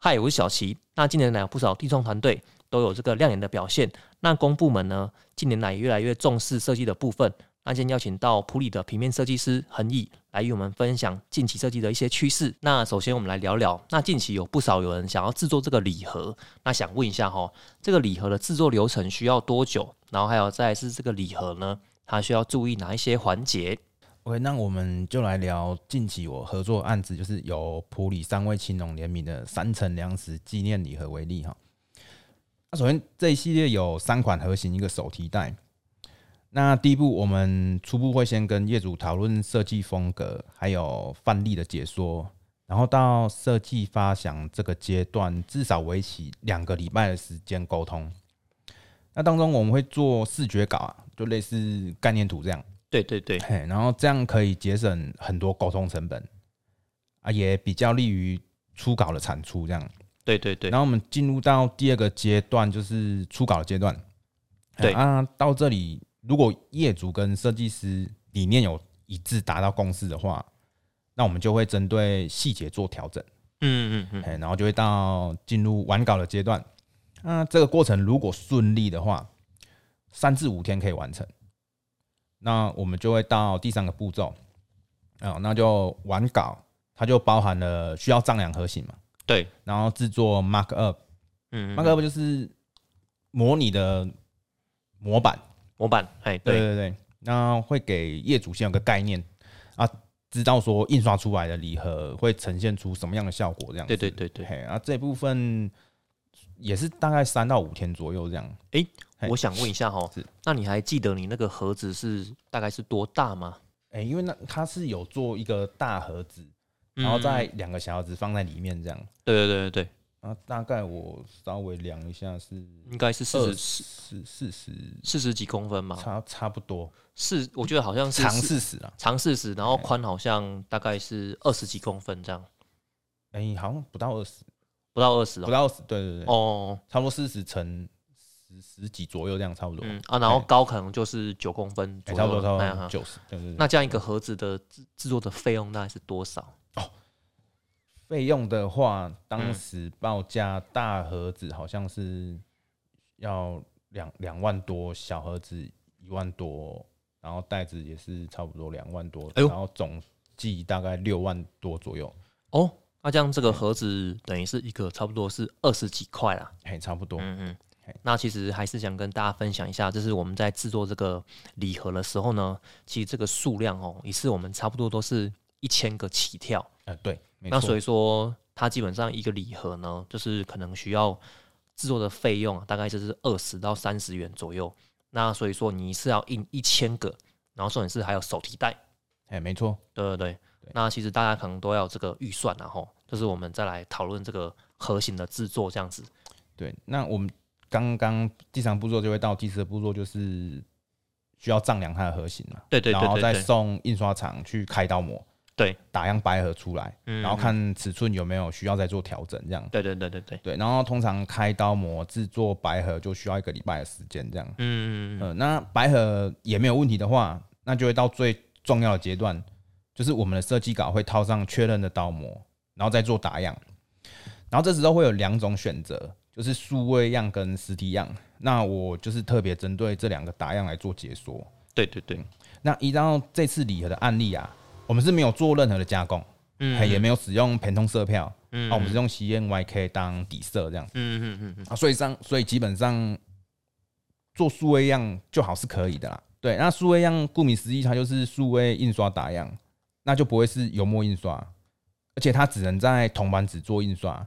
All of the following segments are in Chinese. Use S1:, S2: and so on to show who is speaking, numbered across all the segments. S1: 嗨，我是小齐。那近年来有不少地创团队都有这个亮眼的表现。那公部门呢，近年来也越来越重视设计的部分。那今天邀请到普里的平面设计师恒毅来与我们分享近期设计的一些趋势。那首先我们来聊聊，那近期有不少有人想要制作这个礼盒，那想问一下哈，这个礼盒的制作流程需要多久？然后还有再来是这个礼盒呢，它需要注意哪一些环节？
S2: OK，那我们就来聊近期我合作案子，就是由普里三位青农联名的三层粮食纪念礼盒为例哈。那首先这一系列有三款盒型，一个手提袋。那第一步，我们初步会先跟业主讨论设计风格，还有范例的解说，然后到设计发想这个阶段，至少为期两个礼拜的时间沟通。那当中我们会做视觉稿啊，就类似概念图这样。
S1: 对对对，
S2: 嘿，然后这样可以节省很多沟通成本啊，也比较利于初稿的产出。这样，
S1: 对对对
S2: 然，后我们进入到第二个阶段，就是初稿的阶段。
S1: 对
S2: 啊，到这里如果业主跟设计师理念有一致，达到共识的话，那我们就会针对细节做调整。
S1: 嗯嗯嗯，
S2: 哎，然后就会到进入完稿的阶段。那这个过程如果顺利的话，三至五天可以完成。那我们就会到第三个步骤，啊、那就完稿，它就包含了需要丈量核心嘛，
S1: 对，
S2: 然后制作 mark up，mark
S1: 嗯，
S2: up 就是模拟的模板，
S1: 模板，哎，
S2: 对
S1: 对，
S2: 对对，那会给业主先有个概念啊，知道说印刷出来的礼盒会呈现出什么样的效果，这样子
S1: 对对对对。
S2: 嘿，啊，这部分也是大概三到五天左右这样。嘿
S1: 我想问一下哈
S2: 是，
S1: 那你还记得你那个盒子是大概是多大吗？
S2: 哎、因为那它是有做一个大盒子，然
S1: 嗯
S2: 后再两个小盒子放在里面这样。
S1: 对对对对对，
S2: 啊，大概我稍微量一下是
S1: 应该是
S2: 二
S1: 四十
S2: 十四十，
S1: 四十几公分嘛，
S2: 差差不多
S1: 是我觉得好像是
S2: 长
S1: 四
S2: 四十啊。
S1: 长四十，然后宽好像大概是二十几公分这样，
S2: 哎、好像不到二十，
S1: 不到二十
S2: 不
S1: 哦。
S2: 到二十，对对对，
S1: 哦，
S2: 差不多四十乘十十几左右这样，差不多。
S1: 嗯啊，然后
S2: 嘿
S1: 高可能就是九公分
S2: 哎
S1: 左
S2: 差不
S1: 右
S2: 多，
S1: 了，那样
S2: 差不
S1: 哈
S2: 多九十，对对对。
S1: 那这样一个盒子的制制作的费用大概是多少？
S2: 费用的话，当
S1: 嗯
S2: 时报价大盒子好像是要两两万多，小盒子一万多，然后袋子也是差不多两万多，
S1: 哎呦
S2: 然后总计大概六万多左右，
S1: 哦，那这样这个盒子等于是一个差不多是二十几块啦。
S2: 嘿，差不多。
S1: 嗯嗯
S2: 嘿。
S1: 那其实还是想跟大家分享一下，就是我们在制作这个礼盒的时候呢，其实这个数量哦，一次我们差不多都是一千个起跳。
S2: 呃，对，没
S1: 那
S2: 错
S1: 所，以说，它基本上一个礼盒呢，就是可能需要制作的费用啊，大概就是二十到三十元左右。那所以说，你是要印一千个，然后重点是还有手提袋。
S2: 哎，没错，
S1: 对对对。
S2: 对
S1: 那其实大家可能都要有这个预算、然后就是我们再来讨论这个核心的制作这样子。
S2: 对。那我们刚刚第三步骤就会到第四个步骤，就是需要丈量它的核心嘛，
S1: 对对对
S2: 然后
S1: 对
S2: 再
S1: 对，
S2: 送印刷厂去开刀模，
S1: 对，
S2: 打样白盒出来，
S1: 嗯
S2: 然后，看尺寸有没有需要再做调整，这样。
S1: 对对对对对，
S2: 对，然后通常开刀模制作白盒就需要一个礼拜的时间这样。
S1: 嗯，
S2: 呃，那白盒也没有问题的话，那就会到最重要的阶段，就是我们的设计稿会套上确认的刀模，然后再做打样。然后这时候会有两种选择，就是数位样跟实体样。那我就是特别针对这两个打样来做解说。
S1: 对对对，
S2: 那依照这次礼盒的案例啊，我们是没有做任何的加工，
S1: 嗯
S2: 嘿也没有使用penton 色票，
S1: 嗯
S2: 啊，我们是用 CNYK 当底色这样。
S1: 嗯嗯嗯嗯，
S2: 啊，所以上所以基本上做数位样就好是可以的啦。对，那数位样顾名思义，它就是数位印刷打样，那就不会是油墨印刷，而且它只能在铜板纸做印刷，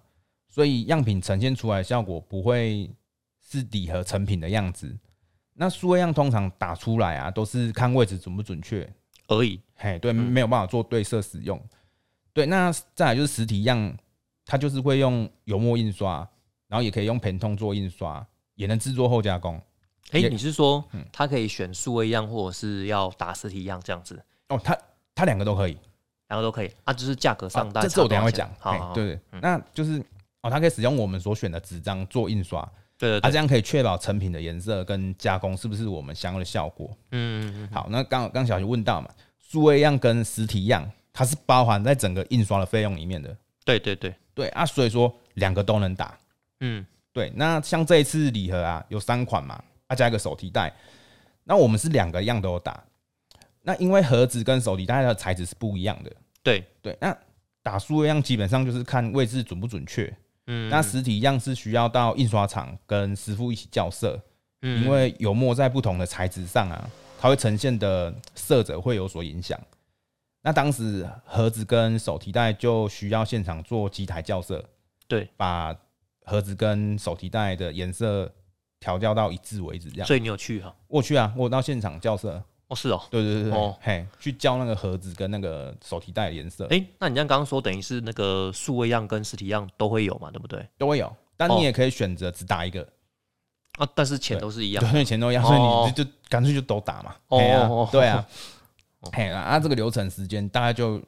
S2: 所以样品呈现出来的效果不会是礼盒成品的样子。那数位样通常打出来啊，都是看位置准不准确，
S1: 而已，
S2: 嘿，对，
S1: 嗯
S2: 没有办法做对色使用。对，那再来就是实体样，它就是会用油墨印刷，然后也可以用盆通做印刷，也能制作后加工。
S1: 哎、
S2: 也嗯
S1: 你是说他可以选数位样，或者是要打实体样这样子，
S2: 哦，它它两个都可以。
S1: 然后都可以啊？就是价格上大
S2: 这
S1: 概、
S2: 这我等一下会讲。
S1: 好
S2: 嘿
S1: 好，好嗯
S2: 对对，那就是哦，它可以使用我们所选的纸张做印刷，
S1: 对对
S2: 它
S1: 对，
S2: 这样可以确保成品的颜色跟加工是不是我们想要的效果。
S1: 嗯嗯嗯，
S2: 好，那刚刚小徐问到嘛，数位样跟实体样，它是包含在整个印刷的费用里面的。
S1: 对对对，
S2: 对啊，所以说两个都能打。
S1: 嗯，
S2: 对，那像这一次礼盒啊，有三款嘛，啊加一个手提袋。那我们是两个样都有打，那因为盒子跟手提袋的材质是不一样的。
S1: 对，
S2: 对，那打数位样基本上就是看位置准不准确。
S1: 嗯，
S2: 那实体样是需要到印刷厂跟师傅一起校色，
S1: 嗯
S2: 因为油墨在不同的材质上啊，它会呈现的色泽会有所影响。那当时盒子跟手提袋就需要现场做机台校色，
S1: 对，
S2: 把盒子跟手提袋的颜色调教到一致为止。这
S1: 嗯
S2: 样，
S1: 所以你有去哈？
S2: 我去啊，我有到现场校色，
S1: 哦，是哦。
S2: 对对对对，
S1: 哦
S2: 嘿，去校那个盒子跟那个手提袋的颜色
S1: 诶，那你这样刚刚说，等于是那个数位样跟实体样都会有嘛，对不对？
S2: 都会有，但
S1: 哦
S2: 你也可以选择只打一个，
S1: 啊，但是钱都是一样。
S2: 对，钱都要，所以你就就干脆就都打嘛。
S1: 哦
S2: 嘿啊
S1: 哦哦哦
S2: 对啊，嘿啊，啊这个流程时间大概就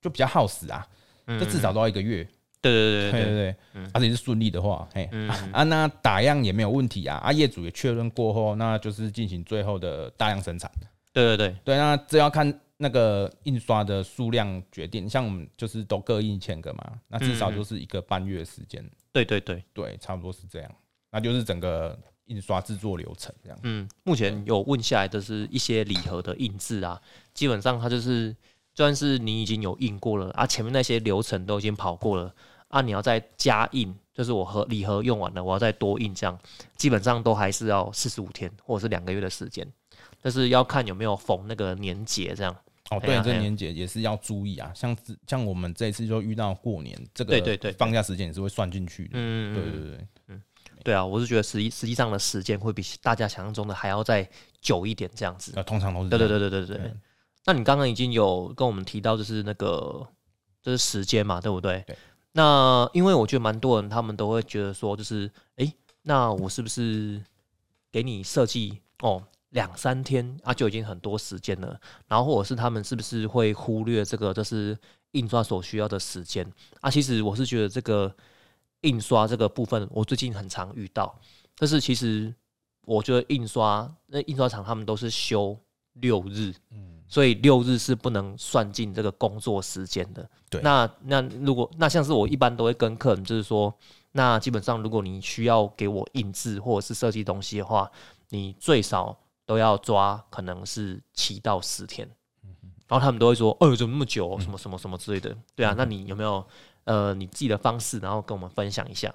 S2: 就比较耗时啊，
S1: 嗯
S2: 就至少都要一个月。
S1: 对对对
S2: 对
S1: 对
S2: 对
S1: 对，
S2: 对
S1: 嗯，
S2: 而且是顺利的话，嘿
S1: 嗯
S2: 啊啊，那打样也没有问题啊，啊业主也确认过后，那就是进行最后的大量生产。
S1: 对对对，
S2: 对，那这要看那个印刷的数量决定，像我们就是都各印一千个嘛，那至少
S1: 嗯嗯
S2: 就是一个半月的时间，
S1: 对对对，
S2: 对，差不多是这样，那就是整个印刷制作流程这样。
S1: 嗯，目前有问下来的是一些礼盒的印制啊，基本上它就是，就算是你已经有印过了啊，前面那些流程都已经跑过了啊，你要再加印，就是我和礼盒用完了，我要再多印这样，基本上都还是要四十五天或者是两个月的时间，但是要看有没有缝那个年节这样。
S2: 哦，
S1: 嘿
S2: 对
S1: 啊，嘿
S2: 这
S1: 啊
S2: 年节也是要注意啊，像是像我们这一次就遇到过年，这个
S1: 对对对对
S2: 放假时间也是会算进去的。
S1: 嗯，
S2: 对对对对，
S1: 对啊，我是觉得实际实际上的时间会比大家想象中的还要再久一点这样子。
S2: 那通常都是
S1: 对对
S2: 这样
S1: 对对对对。
S2: 嗯
S1: 那你刚刚已经有跟我们提到，就是那个就是时间嘛，对不对？
S2: 对。
S1: 那因为我觉得蛮多人他们都会觉得说，就是诶，那我是不是给你设计哦两三天啊就已经很多时间了？然后或者是他们是不是会忽略这个就是印刷所需要的时间啊？其实我是觉得这个印刷这个部分，我最近很常遇到，但是其实我觉得印刷那印刷厂他们都是休六日，所以六日是不能算进这个工作时间的。
S2: 对
S1: 那那如果那像是我一般都会跟客人就是说，那基本上如果你需要给我印制或者是设计东西的话，你最少都要抓可能是七到十天。然后他们都会说：“哦、怎么那么久？什么什么什么之类的。”对啊，那你有没有呃你自己的方式，然后跟我们分享一下？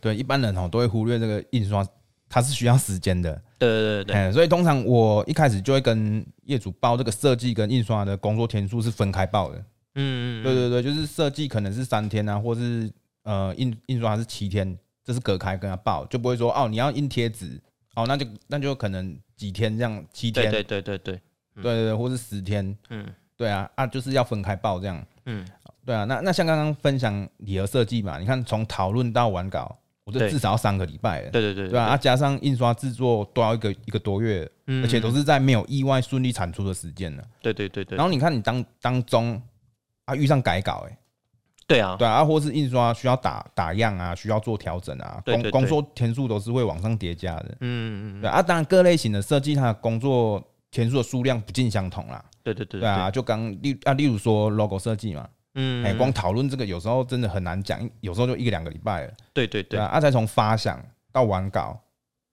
S2: 对，一般人哦都会忽略这个印刷，它是需要时间的。
S1: 对对对对，
S2: 嗯，所以通常我一开始就会跟业主报这个设计跟印刷的工作天数是分开报的。
S1: 嗯嗯，嗯
S2: 对对对，就是设计可能是三天啊，或是呃印印刷是七天，这是隔开跟他报，就不会说哦你要印贴纸，哦那就那就可能几天这样，七天，
S1: 对
S2: 对
S1: 嗯对对对对，
S2: 对对，或是十天，
S1: 嗯
S2: 对啊，啊，就是要分开报这样。
S1: 嗯，
S2: 对啊，那那像刚刚分享礼盒设计嘛，你看从讨论到完稿，我这
S1: 对
S2: 至少要三个礼拜了，
S1: 对对哎对
S2: 对啊，啊，加上印刷制作都要一个一个多月，
S1: 嗯
S2: 而且都是在没有意外顺利产出的时间呢。
S1: 对对对对
S2: 然，后你看你当当中啊遇上改稿、欸，
S1: 对啊，
S2: 对啊，啊或是印刷需要打打样啊，需要做调整啊，
S1: 对
S2: 工
S1: 对对
S2: 工作天数都是会往上叠加的。
S1: 嗯嗯嗯，
S2: 对啊，当然各类型的设计，它的工作天数的数量不尽相同啦。
S1: 对对对
S2: 对啊，，就刚例啊，例如说 logo 设计嘛，
S1: 嗯，
S2: 哎、光讨论这个有时候真的很难讲，有时候就一个两个礼拜了，
S1: 对对
S2: 对
S1: 对
S2: 啊，啊再从发想到完稿，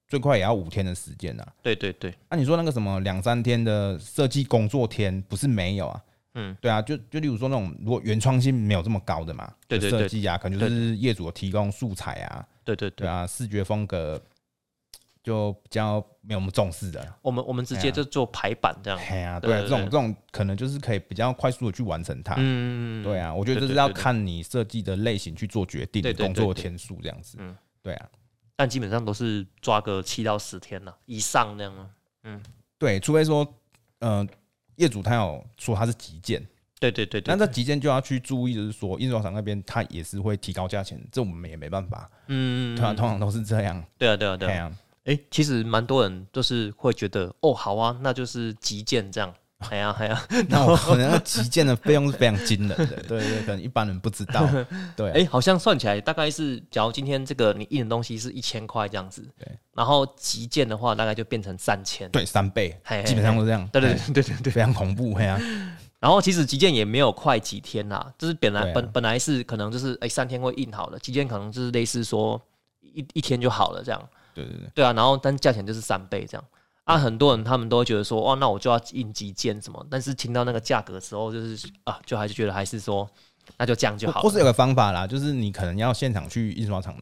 S2: 最快也要五天的时间啊。
S1: 对对对，
S2: 那、你说那个什么两三天的设计工作天，不是没有啊？
S1: 嗯，
S2: 对啊，就就例如说那种如果原创性没有这么高的嘛，
S1: 对对对
S2: 设计啊，可能就是业主提供素材啊，
S1: 对对
S2: 对
S1: 对，
S2: 啊，视觉风格就比较没有我们重视的，
S1: 我们我们直接就做排版这样，
S2: 哎呀、
S1: 啊对
S2: 对啊，
S1: 对
S2: 这种
S1: 对
S2: 这种可能就是可以比较快速的去完成它，
S1: 嗯，
S2: 对
S1: 啊，
S2: 啊，我觉得
S1: 对对
S2: 这是要
S1: 对对
S2: 看你设计的类型去做决定，
S1: 对
S2: 你
S1: 对
S2: 工作
S1: 对对
S2: 的天数这样子
S1: 嗯。
S2: 对啊，
S1: 但基本上都是抓个七到十天了以上那样啊，
S2: 对，除非说，呃，业主他有说他是急件，
S1: 对对对对
S2: 那，这急件就要去注意，就是说印刷厂那边他也是会提高价钱，这我们也没办法，
S1: 嗯，
S2: 对啊，通常都是这样，
S1: 对啊对啊
S2: 对
S1: 对啊，
S2: 啊，
S1: 哎，其实蛮多人就是会觉得，哦，好啊，那就是急件这样，哎呀哎呀，
S2: 那我可能要旗舰的费用是非常惊人的，对对，可能一般人不知 道，对、啊，
S1: 哎，好像算起来大概是，假如今天这个你印的东西是一千块这样子，
S2: 对，
S1: 然后极件的话大概就变成三千，
S2: 对三倍
S1: 嘿嘿，
S2: 基本上都是这样，
S1: 对对
S2: 嘿
S1: 对对对对。
S2: 非常恐怖，嘿啊，
S1: 然后其实极件也没有快几天啦，就是本来、
S2: 对啊
S1: 本本来是可能就是哎三天会印好了，极件可能就是类似说一一天就好了这样，
S2: 对对对，
S1: 对啊，然后但价钱就是三倍这样。啊，很多人他们都会觉得说，哇，那我就要印极件什么，但是听到那个价格的时候，就是啊，就还是觉得还是说，那就这样就好
S2: 或是有
S1: 了。
S2: 个方法啦，就是你可能要现场去印刷厂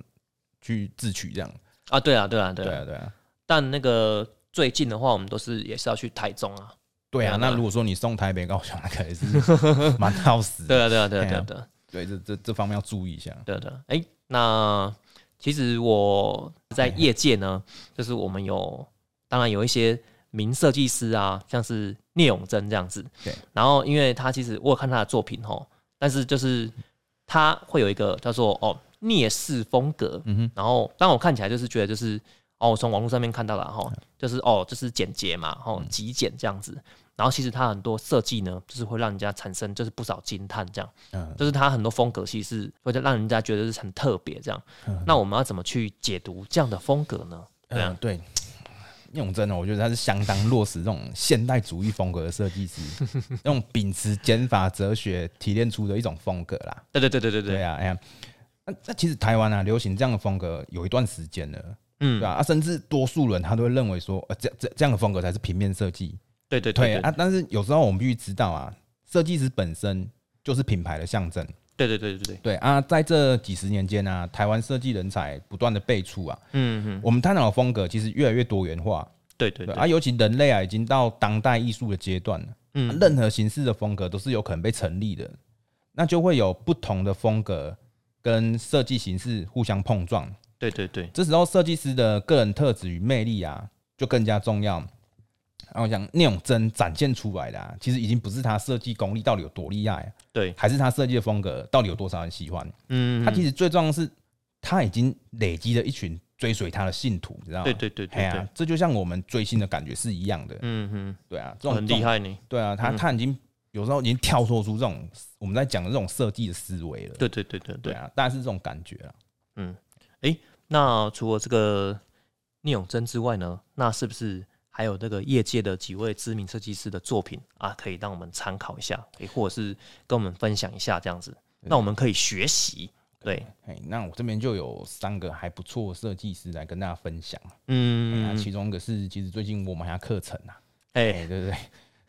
S2: 去自取这样，
S1: 啊，对啊，对啊，对
S2: 对
S1: 啊。
S2: 啊对啊
S1: 但那个最近的话，我们都是也是要去台中啊。
S2: 对
S1: 对
S2: 啊，
S1: 啊
S2: 那如果说你送台北高雄，那可能是 蛮耗死的，
S1: 对啊，对啊，对啊，对
S2: 对
S1: 啊
S2: 啊，
S1: 对啊，
S2: 对，这这这方面要注意一下，
S1: 对啊，对啊。哎，那其实我在业界呢，就是我们有，当然有一些名设计师啊，像是聂永贞这样子。
S2: 对。
S1: 然后，因为他其实我有看他的作品哦，但是就是他会有一个叫做哦聂氏风格，
S2: 嗯哼，
S1: 然后当我看起来就是觉得就是哦，我从网络上面看到了哈，
S2: 嗯
S1: 就是哦，就是简洁嘛，哦，极简这样子。然后其实它很多设计呢，就是会让人家产生就是不少惊叹，这样，
S2: 嗯
S1: 就是它很多风格其实是会让人家觉得是很特别这样。那我们要怎么去解读这样的风格呢？对啊
S2: 嗯对。聂永真哦，我觉得他是相当落实这种现代主义风格的设计师，那种秉持减法哲学提炼出的一种风格啦。
S1: 对对对对对
S2: 对
S1: 对，
S2: 啊，哎呀，那那其实台湾啊，流行这样的风格有一段时间了，
S1: 嗯
S2: 对吧、啊？甚至多数人他都会认为说，呃，这这这样的风格才是平面设计。
S1: 对对
S2: 对
S1: 对
S2: 啊，但是有时候我们必须知道啊，设计师本身就是品牌的象征。
S1: 对对对对对，
S2: 对啊，在这几十年间啊，台湾设计人才不断的辈出啊，
S1: 嗯嗯，
S2: 我们探讨的风格其实越来越多元化。
S1: 对对
S2: 对
S1: 对，
S2: 啊，尤其人类啊，已经到当代艺术的阶段了。啊
S1: 嗯
S2: 任何形式的风格都是有可能被成立的，那就会有不同的风格跟设计形式互相碰撞。
S1: 对对对，
S2: 这时候，设计师的个人特质与魅力啊，就更加重要。然后讲聂永真展现出来的、啊，其实已经不是他设计功力到底有多厉害、啊，
S1: 对，
S2: 还是他设计的风格到底有多少人喜欢。
S1: 嗯，
S2: 他其实最重要的是，他已经累积了一群追随他的信徒，你知道吗？
S1: 嗯对对对
S2: 哎
S1: 对
S2: 呀、
S1: 对，
S2: 这就像我们追星的感觉是一样的。
S1: 嗯
S2: 对啊，这
S1: 嗯，
S2: 种
S1: 很厉。害嗯呢，
S2: 对啊，他他已经有时候已经跳脱出这种我们在讲的这种设计的思维了。
S1: 对对对对对
S2: 对。啊，大概是这种感觉啊。
S1: 那除了这个聂永真之外呢，那是不是还有这个业界的几位知名设计师的作品啊，可以让我们参考一下，诶，或者是跟我们分享一下这样子，那我们可以学习。对，
S2: 哎，那我这边就有三个还不错的设计师来跟大家分享。啊那
S1: 嗯，
S2: 其中一个是其实最近我们还课程啊，
S1: 哎、
S2: 哎，对对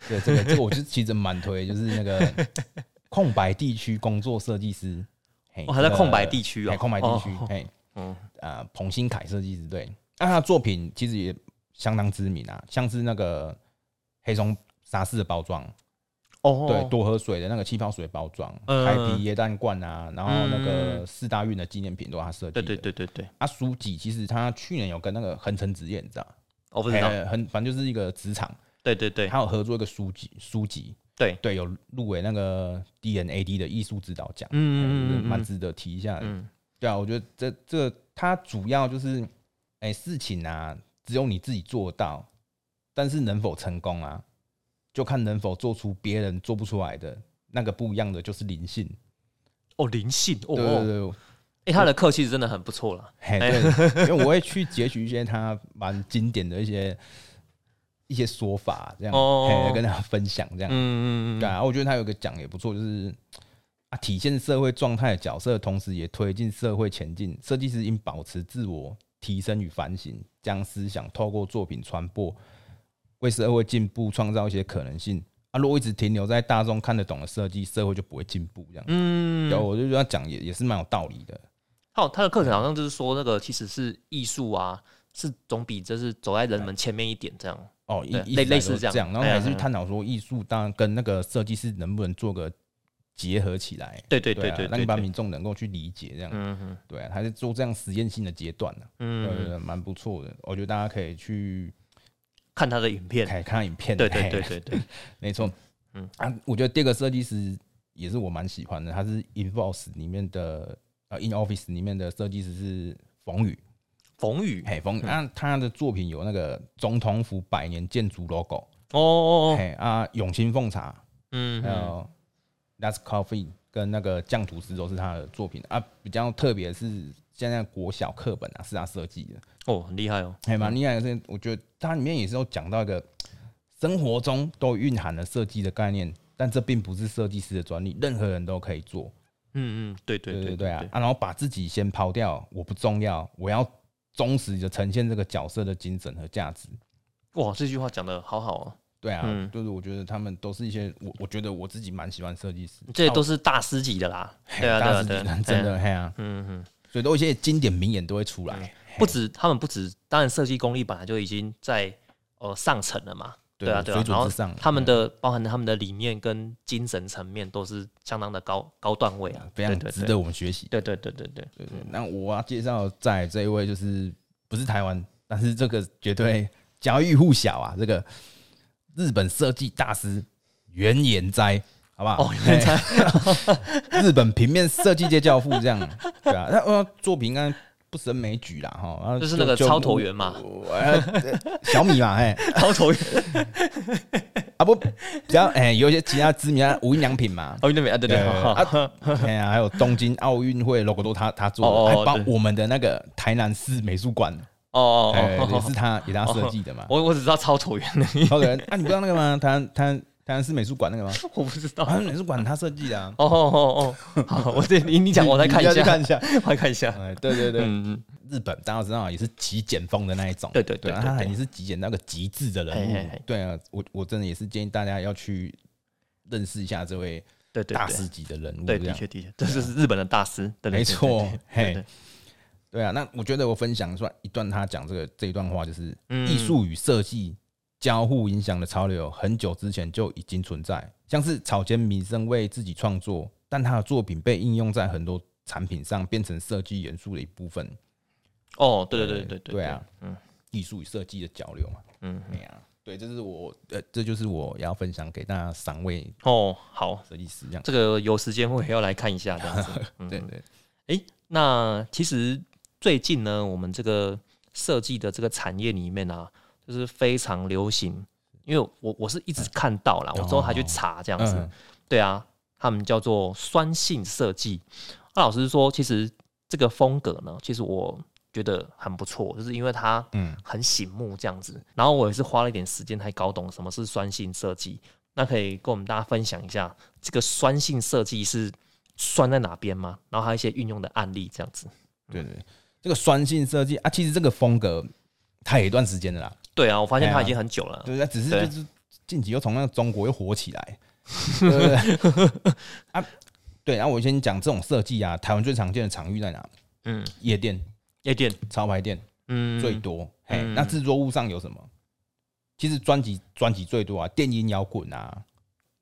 S2: 对，对这个这个我是其实蛮推，就是 那个空白地区工作设计师。嘿
S1: 我、哦还在
S2: 这个
S1: 空白地区哦
S2: 哎，空白地区
S1: 哦，
S2: 哎，
S1: 嗯
S2: 啊，彭新凯设计师对，那他的作品其实也相当知名啊，像是那个黑松沙士的包装，
S1: 哦，
S2: 对，多喝水的那个气泡水包装，
S1: 嗯
S2: 海皮椰蛋罐啊，然后那个四大运的纪念品都是他设计的。
S1: 对对对对对，
S2: 啊，书籍其实他去年有跟那个横城职业，你知道？
S1: 我不知道，
S2: 呃横反正就是一个职场，
S1: 对对对
S2: 他有合作一个书籍，书籍
S1: 对，
S2: 对有入围那个 DNAD 的艺术指导奖，
S1: 嗯
S2: 嗯，
S1: 嗯
S2: 蛮
S1: 嗯
S2: 值得提一下的。
S1: 嗯
S2: 对啊，我觉得这这个它主要就是，哎、事情啊，只有你自己做得到，但是能否成功啊，就看能否做出别人做不出来的那个不一样的，就是灵性。
S1: 哦，灵性，哦
S2: 对
S1: 哦，
S2: 对对，
S1: 哎、他的客气真的很不错了，
S2: 嘿，对，因为我会去截取一些他蛮经典的一些一些说法，这样，
S1: 哦
S2: 嘿，跟大家分享这样。
S1: 嗯嗯嗯
S2: 对啊，我觉得他有个奖也不错，就是啊，体现社会状态的角色，同时也推进社会前进。设计师应保持自我提升与反省，将思想透过作品传播，为社会进步创造一些可能性。啊，如果一直停留在大众看得懂的设计，社会就不会进步。这样，
S1: 嗯，
S2: 对啊，我就觉得他讲也也是蛮有道理的。
S1: 哦，他的课程好像就是说，那个其实是艺术啊，是总比就是走在人们前面一点这样。
S2: 哦，一
S1: 对
S2: 一
S1: 类
S2: 直来
S1: 类
S2: 都
S1: 似
S2: 是
S1: 这样
S2: 这样，然后
S1: 哎呀
S2: 还是
S1: 哎
S2: 去
S1: 呀
S2: 探讨说艺术当然跟那个设计师能不能做个结合起来。
S1: 对对
S2: 对
S1: 对
S2: 啊
S1: 对对
S2: 让一
S1: 对
S2: 般民众能够去理解这样。
S1: 嗯哼
S2: 对啊，他是做这样实验性的阶段呢、对对
S1: 嗯，
S2: 对蛮不错的。我觉得大家可以去
S1: 看他的影片，
S2: 看看影片。
S1: 对对
S2: 嘿
S1: 对，对对，
S2: 没错。
S1: 嗯
S2: 嗯啊，我觉得第二个设计师也是我蛮喜欢的，他是 Invoice 里面的呃 In Office 里面的设计师是冯宇，
S1: 冯宇嗯
S2: 啊嘿，冯宇，那、他的作品有那个总统府百年建筑 logo，
S1: 哦哦哦，
S2: 嘿哦啊，永兴凤茶，
S1: 嗯
S2: 还
S1: 嗯
S2: 有 That's Coffee 跟那个酱吐司都是他的作品啊。比较特别是现在国小课本啊是他设计的，
S1: 哦，很厉害哦，
S2: 还蛮厉害的是，我觉得它里面也是有讲到一个生活中都蕴含了设计的概念，但这并不是设计师的专利，任何人都可以做。
S1: 嗯嗯，对对
S2: 对
S1: 对
S2: 对对啊！啊，然后把自己先抛掉，我不重要，我要忠实的呈现这个角色的精神和价值。
S1: 哇，这句话讲的好好哦，
S2: 对啊，
S1: 嗯
S2: 就是我觉得他们都是一些我我觉得我自己蛮喜欢设计师，
S1: 这都是大师级的啦，对啊对
S2: 大
S1: 啊
S2: 师
S1: 对
S2: 级
S1: 啊
S2: 的，真，的嘿啊，
S1: 嗯嗯。
S2: 所以都有一些经典名言都会出来。
S1: 不止他们不止，当然设计功力本来就已经在呃上层了嘛，对啊对啊
S2: 水，
S1: 然
S2: 准
S1: 后
S2: 之上，嗯
S1: 他们的包含他们的理念跟精神层面都是相当的高高段位啊，
S2: 非
S1: 对
S2: 常
S1: 对
S2: 值
S1: 对嗯
S2: 得我们学习。
S1: 对对对对 对，
S2: 对对，那我要介绍在这一位就是不是台湾，但是这个绝对家喻户晓啊，这个日本设计大师原研哉，好不好？
S1: 哦，原来
S2: 日本平面设计界教父这样，对啊，那呃作品应该不胜枚举啦哈，啊然后
S1: 就是那个超椭圆嘛，
S2: 呃小米嘛，哎，
S1: 超头晕，
S2: 啊不，只要哎有一些其他知名的无印良品嘛，
S1: 哦，那边啊，对对，
S2: 对
S1: 好好
S2: 啊，哎呀，还有东京奥运会 logo 都他他做
S1: 哦哦
S2: 的，还包
S1: 对
S2: 我们的那个台南市美术馆，
S1: 哦
S2: 哎
S1: 哦
S2: 也
S1: 哦，
S2: 是他也他设计的嘛。
S1: 我我只知道超头晕而已，
S2: 超人啊，你不知道那个吗？台南台南台南市美术馆那个吗？
S1: 我不知道
S2: 啊，。美术馆他设计的啊。
S1: 哦哦哦哦，好，我这你你讲，我再看一
S2: 你要去
S1: 下，
S2: 看一下。
S1: 我再看一下。
S2: 哎，对对对，
S1: 嗯嗯，
S2: 日本大家都知道也是极简风的那一种，
S1: 对对对
S2: 啊
S1: 对
S2: 他
S1: 对
S2: 肯定是极简到个极致的人
S1: 嘿嘿
S2: 物
S1: 嘿。
S2: 对啊，我我真的也是建议大家要去认识一下这位
S1: 对对
S2: 大
S1: 对
S2: 师级的人物，这
S1: 对，的
S2: 样
S1: 确的确，这就是日本的大师，对对对
S2: 没错，
S1: 对对
S2: 嘿
S1: 对，
S2: 对啊。那我觉得我分享出来一段他讲这个这一段话，就是
S1: 嗯
S2: 艺术与设计交互影响的潮流，很久之前就已经存在，像是草间弥生为自己创作，但他的作品被应用在很多产品上，变成设计元素的一部分。
S1: 哦，对对对对
S2: 对啊，
S1: 嗯
S2: 艺术与设计的交流嘛。
S1: 嗯，
S2: 对呀、对，这是我呃，这就是我要分享给大家三位
S1: 哦，好，
S2: 设计师这样。
S1: 这个有时间我也要来看一下这样子。 嗯
S2: 对对，
S1: 那其实最近呢，我们这个设计的这个产业里面啊，就是非常流行，因为我我是一直看到啦，
S2: 嗯
S1: 我之后还去查这样子。
S2: 嗯
S1: 对啊，他们叫做酸性设计。那、老师说，其实这个风格呢，其实我觉得很不错，就是因为它
S2: 嗯
S1: 很醒目这样子。然后我也是花了一点时间才搞懂什么是酸性设计。那可以跟我们大家分享一下，这个酸性设计是酸在哪边吗？然后还有一些运用的案例这样子。
S2: 对对，这个酸性设计啊，其实这个风格它也一段时间了啦，
S1: 对啊，我发现它
S2: 哎呀
S1: 已经很久了。
S2: 对，它只是
S1: 对
S2: 就是近期又从那个中国又火起 来，对对对啊，对。然后我先讲这种设计啊，台湾最常见的场域在哪？
S1: 嗯，
S2: 夜店、
S1: 夜店，
S2: 潮牌店
S1: 嗯，
S2: 最多。哎、
S1: 嗯
S2: 那制作物上有什么？其实专辑专辑最多啊，电音摇滚啊，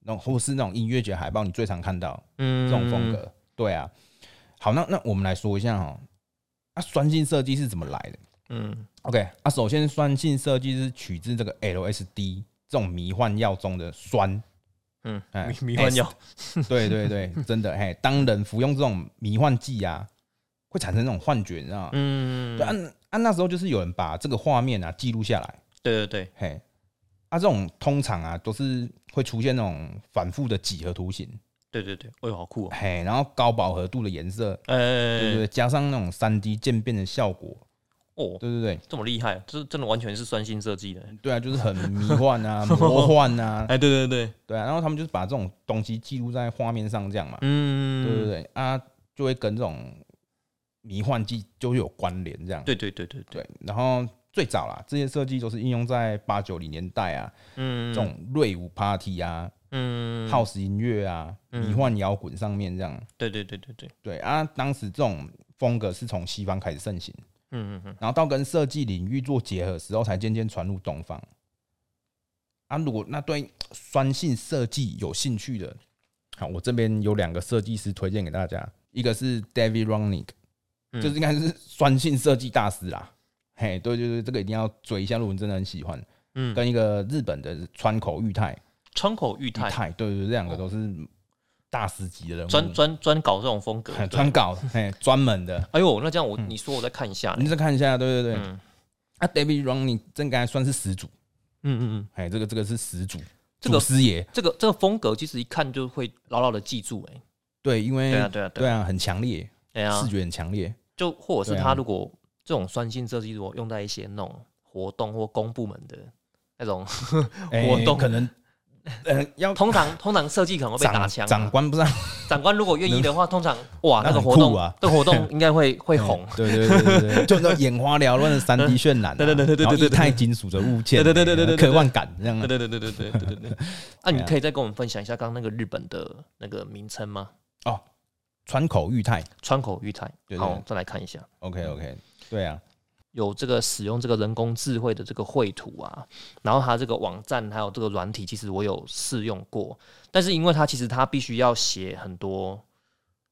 S2: 那种或是那种音乐节海报，你最常看到。
S1: 嗯
S2: 这种风格。。对啊，好，那那我们来说一下哦，啊，酸性设计是怎么来的
S1: 嗯
S2: ？OK，啊，首先酸性设计是取自这个 LSD 这种迷幻药中的酸。
S1: 嗯，
S2: 哎
S1: 迷迷幻药。
S2: 对对对，真的，嘿，当人服用这种迷幻剂啊，会产生那种幻觉，你知道吗？
S1: 嗯，
S2: 对啊啊，那时候就是有人把这个画面啊记录下来，
S1: 对对对，
S2: 嘿，啊，这种通常啊都是会出现那种反复的几何图形，
S1: 对对对，哎呦，好酷哦！
S2: 嘿，然后高饱和度的颜色，对对
S1: 哎，
S2: 对，加上那种三 D 渐变的效果，
S1: 哦，
S2: 对对对，
S1: 这么厉害，啊这真的完全是酸性设计的。
S2: 对啊，就是很迷幻啊、魔幻啊，
S1: 哎，对对对，
S2: 对啊，然后他们就是把这种东西记录在画面上，这样嘛，
S1: 嗯，
S2: 对对对，啊，就会跟这种迷幻剂就会有关联，这样
S1: 对对对对对，
S2: 对。然后最早啦，这些设计都是应用在八九零年代啊，
S1: 嗯，
S2: 这种瑞舞 party 啊、
S1: 嗯，
S2: house 音乐啊、
S1: 嗯
S2: 迷幻摇滚上面这样，
S1: 对对对对对，
S2: 对啊，当时这种风格是从西方开始盛行，
S1: 嗯嗯嗯，
S2: 然后到跟设计领域做结合时候，才渐渐传入东方。啊，如果那对酸性设计有兴趣的，好，我这边有两个设计师推荐给大家，一个是 David Ronick，
S1: 嗯
S2: 就是应该是酸性设计大师啦。嘿，对对对，这个一定要追一下，如果你真的很喜欢。
S1: 嗯
S2: 跟一个日本的川口裕太，
S1: 窗口裕
S2: 裕
S1: 太哦
S2: 太，对对对，这两个都是大师级的人物，哎
S1: 专专专搞这种风格，
S2: 嘿
S1: 对
S2: 专搞，嘿，专 门的。
S1: 哎呦，那这样我你说我再看一下嘞，
S2: 嗯你再看一下，对对对，
S1: 哎嗯
S2: 啊，David Ronnie 这应该算是始祖，
S1: 嗯嗯嗯，
S2: 哎，这个这个是始祖，
S1: 这个
S2: 祖师爷，
S1: 这个这个风格其实一看就会牢牢的记住、欸，哎，
S2: 对，因为
S1: 对啊对啊对
S2: 对
S1: 啊
S2: 啊，很强烈，
S1: 对啊
S2: 视，觉很强烈，
S1: 就或者是
S2: 对啊
S1: 他如果这种酸性设计如果用在一些那种活动或公部门的那 种，
S2: 哎
S1: 活动
S2: 可能，呃， 要
S1: 通常通常设计可能会被打
S2: 长
S1: 枪啊、
S2: 长官不让
S1: 长官如果愿意的话，通 常哇，
S2: 那
S1: 那个
S2: 很
S1: 活
S2: 酷
S1: 动，
S2: 啊
S1: 这个活 动应该会会红。
S2: 对对对 对对，就那种眼花缭乱的三 D 渲染啊，
S1: 对对对对对对
S2: 然后
S1: 对对
S2: 液态金属的物件，
S1: 对对对对对对对对
S2: 科幻感这样
S1: 对
S2: 啊。
S1: 对对对对对对对对。啊，你可以再跟我们分享一下刚刚那个日本的那个名称吗？
S2: 川口裕太
S1: 川口裕太
S2: 对对。
S1: 好，再来看一下，
S2: ，OK OK，对啊，
S1: 有这个使用这个人工智慧的这个绘图啊，然后它这个网站还有这个软体，其实我有试用过，但是因为它其实它必须要写很多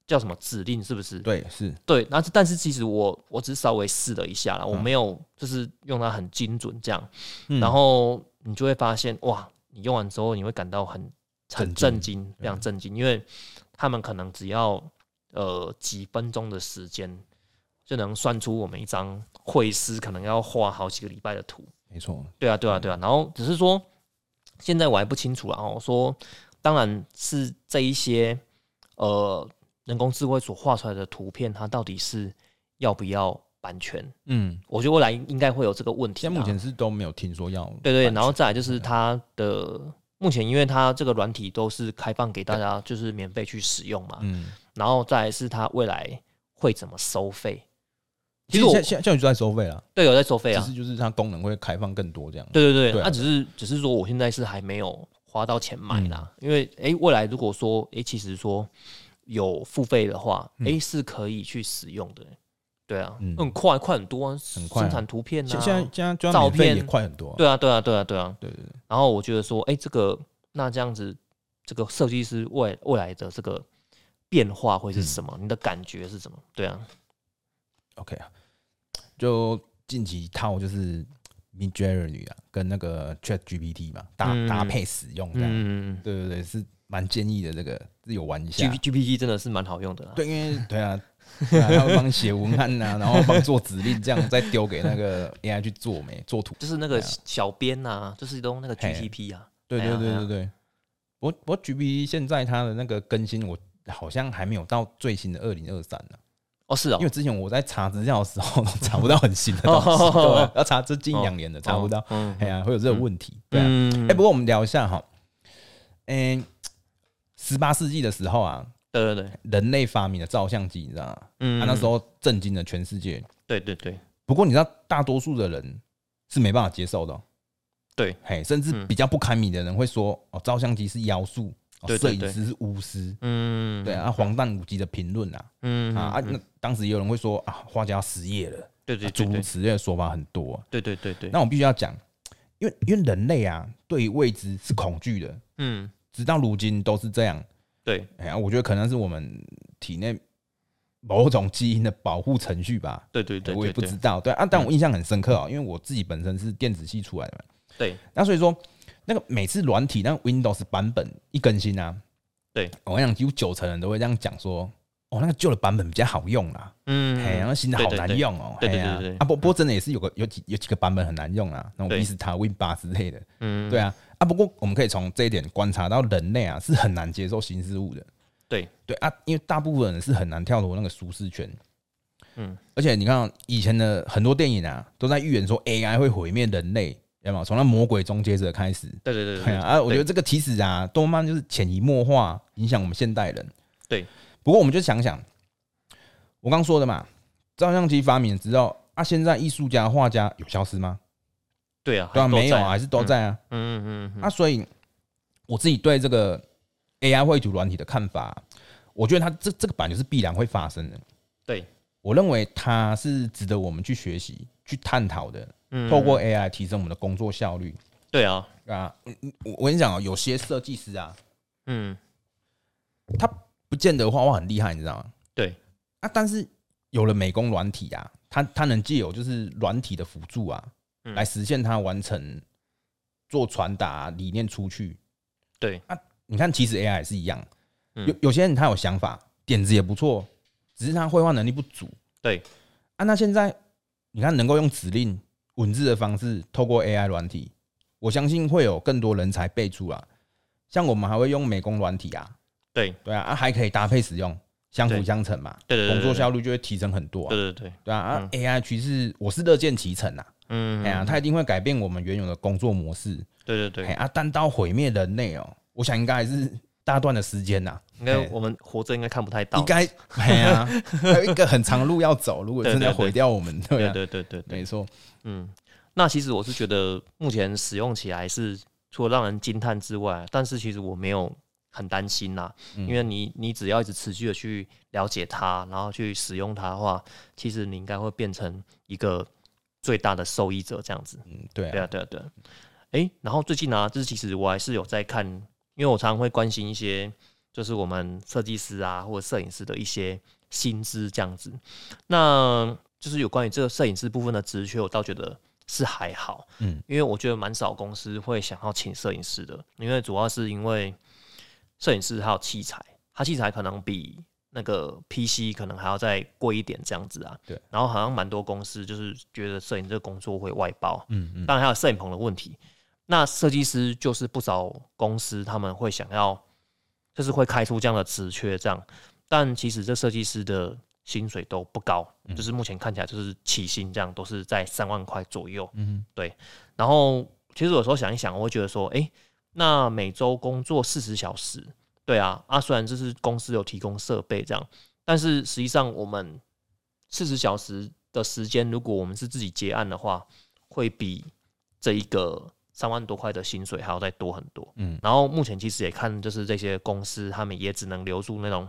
S1: 叫什么指令，是不是？
S2: 对是，
S1: 对，那但是其实我我只是稍微试了一下啦，我没有就是用它很精准这样。
S2: 嗯
S1: 然后你就会发现，哇，你用完之后你会感到很很震
S2: 震
S1: 惊，非常震惊，因为他们可能只要呃几分钟的时间，就能算出我们一张绘师可能要画好几个礼拜的图。
S2: 没错，
S1: 对啊，对啊，对啊。然后只是说，现在我还不清楚啊。我说，当然是这一些呃人工智慧所画出来的图片，它到底是要不要版权？
S2: 嗯，
S1: 我觉得未来应该会有这个问题、啊。
S2: 现在目前是都没有听说要
S1: 对对，
S2: 版权
S1: 然后再来就是
S2: 嗯
S1: 它的目前，因为它这个软体都是开放给大家，就是免费去使用嘛。
S2: 嗯，
S1: 然后再来是它未来会怎么收费？其
S2: 其实
S1: 实我
S2: 现现现在就在收费了，
S1: 对有在收费
S2: 只
S1: 啊
S2: 是，就是它功能会开放更多这样。
S1: 对对
S2: 对
S1: 对，
S2: 啊
S1: 那只是只是说我现在是还没有花到钱买啦，
S2: 嗯
S1: 因为诶未来如果说诶其实说有付费的话，
S2: 嗯
S1: 诶是可以去使用的。对啊
S2: 嗯，
S1: 很快快很多啊，
S2: 很快啊
S1: 生产图片
S2: 现
S1: 啊，
S2: 现在现在
S1: 照
S2: 就算免费
S1: 片
S2: 也快很多啊，
S1: 对啊，对啊，对啊，对啊。
S2: 对对对，
S1: 然后我觉得说，哎、这个那这样子，这个设计师未未来的这个变化会
S2: 嗯
S1: 是什么？你的感觉是什么？对啊，
S2: OK 啊，就近期套就是 Mid Journey 啊，跟那个 Chat GPT 嘛搭、
S1: 嗯
S2: 搭配使用这样，
S1: 嗯
S2: 对对对，是蛮建议的。这个是有玩一
S1: ，G
S2: 下
S1: G P T 真的是蛮好用的啦。
S2: 对，因为对啊，对啊他会帮你写文案呐、啊，然后帮做指令，这样再丢给那个 AI 去做没做图。
S1: 就是那个
S2: 对啊
S1: 小编呐、就是用那个
S2: 嘿
S1: G T P 啊，
S2: 对
S1: 哎
S2: 对
S1: 呀
S2: 对
S1: 哎呀
S2: 对对，我我 GPT 现在它的那个更新我。好像还没有到最新的二零二三呢，
S1: 哦是哦
S2: 因为，之前我在查资料的时候 都查不到很新的东西，对
S1: 哦
S2: 啊要查这近两年的查不到，
S1: 嗯
S2: 哎呀，会有这个问题，对啊，
S1: 嗯，
S2: 哎、不过我们聊一下哈，嗯、十八世纪的时候啊，
S1: 对对对，
S2: 人类发明了照相机，你知道吗？
S1: 嗯
S2: 啊，那时候震惊了全世界。
S1: 对对对，
S2: 不过你知道，大多数的人是没办法接受的哦、
S1: 对，
S2: 嘿，甚至
S1: 嗯
S2: 比较不开明的人会说，哦，照相机是妖术，哦
S1: 对
S2: 摄、
S1: 对
S2: 影
S1: 对
S2: 师是巫师。
S1: 嗯，
S2: 对，啊，荒诞无稽的评论啊，
S1: 嗯
S2: 啊啊，
S1: 嗯
S2: 那当时也有人会说啊，画家失业了，
S1: 对
S2: 啊
S1: 对
S2: 诸
S1: 对
S2: 如
S1: 对
S2: 此类的说法很多、啊。
S1: 对对对对，
S2: 那我必须要讲，因为因为人类啊，对于未知是恐惧的，
S1: 嗯
S2: 直到如今都是这样。
S1: 对，
S2: 哎呀，我觉得可能是我们体内某种基因的保护程序吧，
S1: 对对对
S2: 我
S1: 对
S2: 也
S1: 嗯
S2: 不知
S1: 对
S2: 道。对啊，但我印象很深刻哦，因为我自己本身是电子系出来的嘛，
S1: 对，
S2: 那所以说那个每次软体那个 Windows 版本一更新啊，
S1: 对
S2: 我跟你讲，几乎九成人都会这样讲说。哦，那个旧的版本比较好用啦，
S1: 嗯，
S2: 哎、然后新的
S1: 对
S2: 好
S1: 对
S2: 难
S1: 对
S2: 用哦、
S1: 对对
S2: 嘿啊
S1: 对对对
S2: 啊不不过真的也是有个有几有几个版本很难用啊，那种
S1: 对
S2: Vista、Win 八之类的，
S1: 嗯，
S2: 对啊，啊，不过我们可以从这一点观察到，人类啊是很难接受新事物的。
S1: 对
S2: 对啊，因为大部分人是很难跳脱那个舒适圈。
S1: 嗯，
S2: 而且你看哦以前的很多电影啊，都在预言说 AI 会毁灭人类，有没有？从那魔鬼终结者开始。
S1: 对对对对
S2: 对
S1: 对
S2: 啊，啊，我觉得这个其实啊，动漫就是潜移默化影响我们现代人。
S1: 对，
S2: 不过我们就想想，我刚说的嘛，照相机发明之后啊，现在艺术家、画家有消失吗？
S1: 对啊，
S2: 对啊，
S1: 还是都
S2: 没有
S1: 在
S2: 啊，还是都，在啊。
S1: 嗯嗯嗯嗯
S2: 那所以我自己对这个 AI 绘图软体的看法，啊我觉得它这这个版就是必然会发生的。
S1: 对，
S2: 我认为它是值得我们去学习、去探讨的，
S1: 嗯，
S2: 透过 AI 提升我们的工作效率
S1: 对啊，
S2: 啊。嗯嗯我我跟你讲哦，有些设计师啊，
S1: 嗯，
S2: 他不见得画画很厉害，你知道吗？
S1: 对，
S2: 啊，但是有了美工软体啊，它它能借由就是软体的辅助啊，
S1: 嗯
S2: 来实现它完成做传达、理念出去。啊
S1: 对，
S2: 你看，其实 AI 也是一样，
S1: 嗯
S2: 有有些人他有想法，点子也不错，只是他绘画能力不足。
S1: 对
S2: 啊，那现在你看能够用指令、文字的方式，透过 AI 软体我相信会有更多人才辈出啊。像我们还会用美工软体啊，
S1: 对
S2: 对啊，啊还可以搭配使用，相辅
S1: 对
S2: 相成嘛，
S1: 对对对
S2: 工作
S1: 对
S2: 效率就会提升很多啊
S1: 对。对对，
S2: 对啊啊，AI 趋势我是乐见其成啊，
S1: 嗯，
S2: 哎呀，它一定会改变我们原有的工作模式，
S1: 对对
S2: 哎
S1: 对，
S2: 啊，但到毁灭人类哦，我想应该还是大段的时间呐，
S1: 应该
S2: 哎
S1: 我们活着应该看不太到
S2: 应，该，哎呀，还有一个很长的路要走，如果真的要毁掉我们，对
S1: 对
S2: 啊，
S1: 对对对对，
S2: 没错，
S1: 嗯，那其实我是觉得目前使用起来是除了让人惊叹之外，啊但是其实我没有很担心啦，
S2: 嗯
S1: 因为你你只要一直持续的去了解它，然后去使用它的话，其实你应该会变成一个最大的受益者这样子。
S2: 嗯，对
S1: 对
S2: 啊，
S1: 啊，对啊，对啊。诶，然后最近啊，就是其实我还是有在看，因为我常常会关心一些，就是我们设计师啊或者摄影师的一些薪资这样子。那就是有关于这个摄影师部分的职缺，我倒觉得是还好，
S2: 嗯，
S1: 因为我觉得蛮少公司会想要请摄影师的，因为主要是因为摄影师还有器材，他器材可能比那个 PC 可能还要再贵一点这样子啊。
S2: 对。
S1: 然后好像蛮多公司就是觉得摄影这个工作会外包，
S2: 嗯嗯，
S1: 当然还有摄影棚的问题。那设计师就是不少公司他们会想要，就是会开出这样的职缺这样，但其实这设计师的薪水都不高，就是目前看起来就是起薪这样都是在三万块左右。
S2: 嗯
S1: 然后其实有时候想一想，我会觉得说，诶，那每周工作四十小时，对啊，啊，虽然这是公司有提供设备这样，但是实际上我们四十小时的时间，如果我们是自己结案的话，会比这一个三万多块的薪水还要再多很多。
S2: 嗯，
S1: 然后目前其实也看，就是这些公司他们也只能留住那种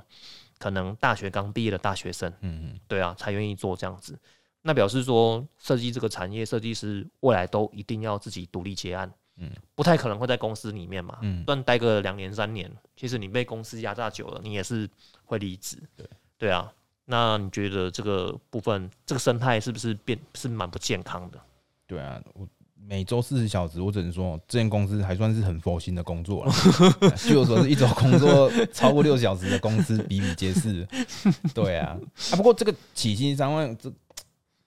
S1: 可能大学刚毕业的大学生。
S2: 嗯
S1: 对啊，才愿意做这样子。那表示说，设计这个产业，设计师未来都一定要自己独立结案，
S2: 嗯
S1: 嗯，不太可能会在公司里面嘛，
S2: 嗯
S1: 嗯，但待个两年三年，其实你被公司压榨久了，你也是会离职，
S2: 对，
S1: 对啊。那你觉得这个部分，这个生态是不是变是蛮不健康的？
S2: 对啊，我每周四十小时，我只能说这间公司还算是很佛心的工 作了。据我所知，一周工作超过六小时的公司比比 皆是。对啊，啊，不过这个起薪三万，这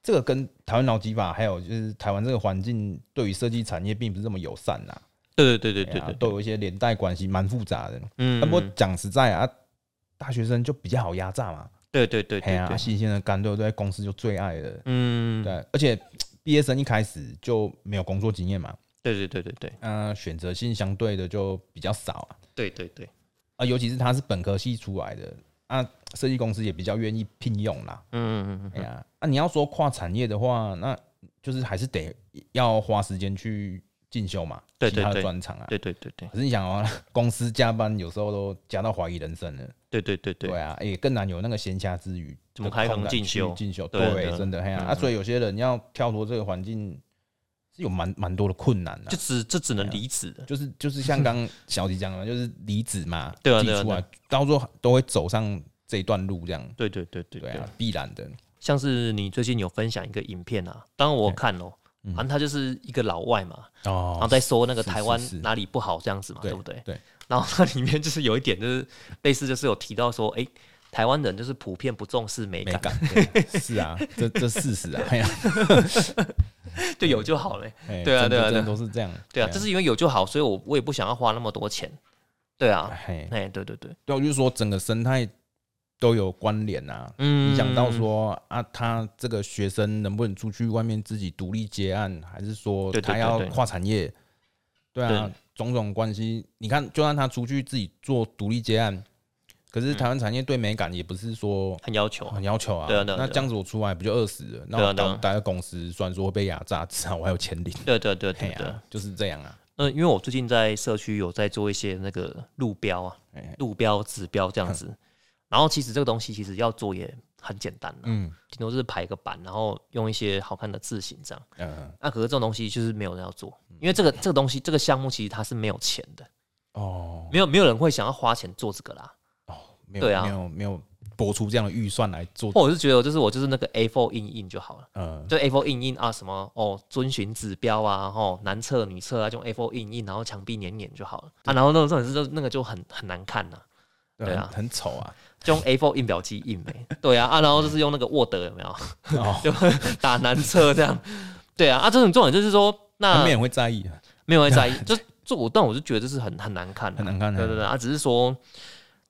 S2: 这个跟台湾劳基法还有就是台湾这个环境对于设计产业并不是这么友善呐、
S1: 对对对
S2: 对啊，都有一些连带关系，蛮复杂的。
S1: 嗯
S2: 啊，不过讲实在啊，大学生就比较好压榨嘛，
S1: 对对对
S2: 哎
S1: 对
S2: 呀、啊，
S1: 对，
S2: 新鲜的干对不对？公司就最爱了。
S1: 嗯，
S2: 对，啊而且毕业生一开始就没有工作经验嘛，
S1: 对对对对对
S2: 嗯、选择性相对的就比较少啊，
S1: 对对对，
S2: 啊，尤其是他是本科系出来的，啊，设计公司也比较愿意聘用啦。
S1: 嗯嗯
S2: 哎呀，啊，你要说跨产业的话，那就是还是得要花时间去进修嘛，
S1: 对
S2: 其
S1: 对
S2: 他的
S1: 对
S2: 专长啊。
S1: 对对对对
S2: 可是你想啊， 公司加班有时候都加到怀疑人生了，
S1: 对对对对
S2: 对啊，也更难有那个闲暇之余，
S1: 怎么还能进修
S2: 进修，
S1: 对
S2: 对，
S1: 对
S2: 真的，哎呀，
S1: 嗯
S2: 啊，所以有些人要跳脱这个环境，是有蛮蛮多的困难啊的
S1: 就。只这只能离职的，
S2: 就是就是像刚刚小迪讲的嘛， 就是离职嘛，
S1: 对啊
S2: 自己
S1: 对啊
S2: 出
S1: 对啊
S2: 来到最后都会走上这一段路，这样
S1: 对对对对
S2: 对啊，必然的，
S1: 像是你最近有分享一个影片啊，当然我有看哦、
S2: 嗯
S1: 反正他就是一个老外嘛，
S2: 哦
S1: 然后在说那个
S2: 是
S1: 台湾
S2: 是是
S1: 哪里不好这样子嘛，
S2: 对
S1: 对不对？
S2: 对。
S1: 然后它里面就是有一点就是类似就是有提到说，哎、台湾人就是普遍不重视美
S2: 美
S1: 感，
S2: 感，对是啊，这这事实啊，哎呀，
S1: 就有就好了、
S2: 哎
S1: 对啊
S2: 真的
S1: 对啊
S2: 真
S1: 对
S2: 的
S1: 啊
S2: 都是这样，哎
S1: 对啊，就是因为有就好，所以我我也不想要花那么多钱。对啊，
S2: 哎，
S1: 哎、对对对，
S2: 对啊，我就是说整个生态都有关联啊，
S1: 嗯
S2: 影响到说啊，他这个学生能不能出去外面自己独立接案，还是说
S1: 对对
S2: 他
S1: 对
S2: 要
S1: 对
S2: 跨产业？对啊，种种关系，你看，就算他出去自己做独立接案，可是台湾产业对美感也不是说
S1: 嗯很要求，
S2: 很要求啊。
S1: 对啊对啊
S2: 那
S1: 对啊
S2: 这样子我出来不就饿死了？那
S1: 对
S2: 我
S1: 啊对啊
S2: 待待在公司，虽然说会被压榨，至少我还有钱领。
S1: 对对对
S2: 嘿
S1: 对对。
S2: 啊，就是这样啊。
S1: 嗯，因为我最近在社区有在做一些那个路标啊
S2: 哎，
S1: 路标、指标这样子。然后其实这个东西其实要做也很简单、啊，
S2: 嗯
S1: 顶多就是排个版，然后用一些好看的字形这样。
S2: 嗯
S1: 那、可是这种东西就是没有人要做，因为这个这个东西这个项目其实它是没有钱的，
S2: 哦
S1: 没有没有人会想要花钱做这个啦。
S2: 哦，没有
S1: 对啊
S2: 没有没有拨出这样的预算来做。
S1: 或我是觉得就是我就是那个 A4 印印就好了。
S2: 嗯
S1: 就 A4 印印啊，什么哦，遵循指标啊，吼，男厕女厕啊，就用 A4 印印，然后墙壁粘粘就好了啊。然后那种这种是就那个就很很难看呐、对啊
S2: 很很丑啊。
S1: 就用 A4 印表机印呗。对啊，啊，然后就是用那个 Word 有没有？
S2: 哦，
S1: 就打男厕这样。对啊，啊，这种重点就是说，
S2: 他
S1: 那
S2: 们也会在意啊。
S1: 没有人在意。就这我，但我是觉得这是很很难看的、
S2: 很难看
S1: 对对
S2: 的。
S1: 对啊，只是说，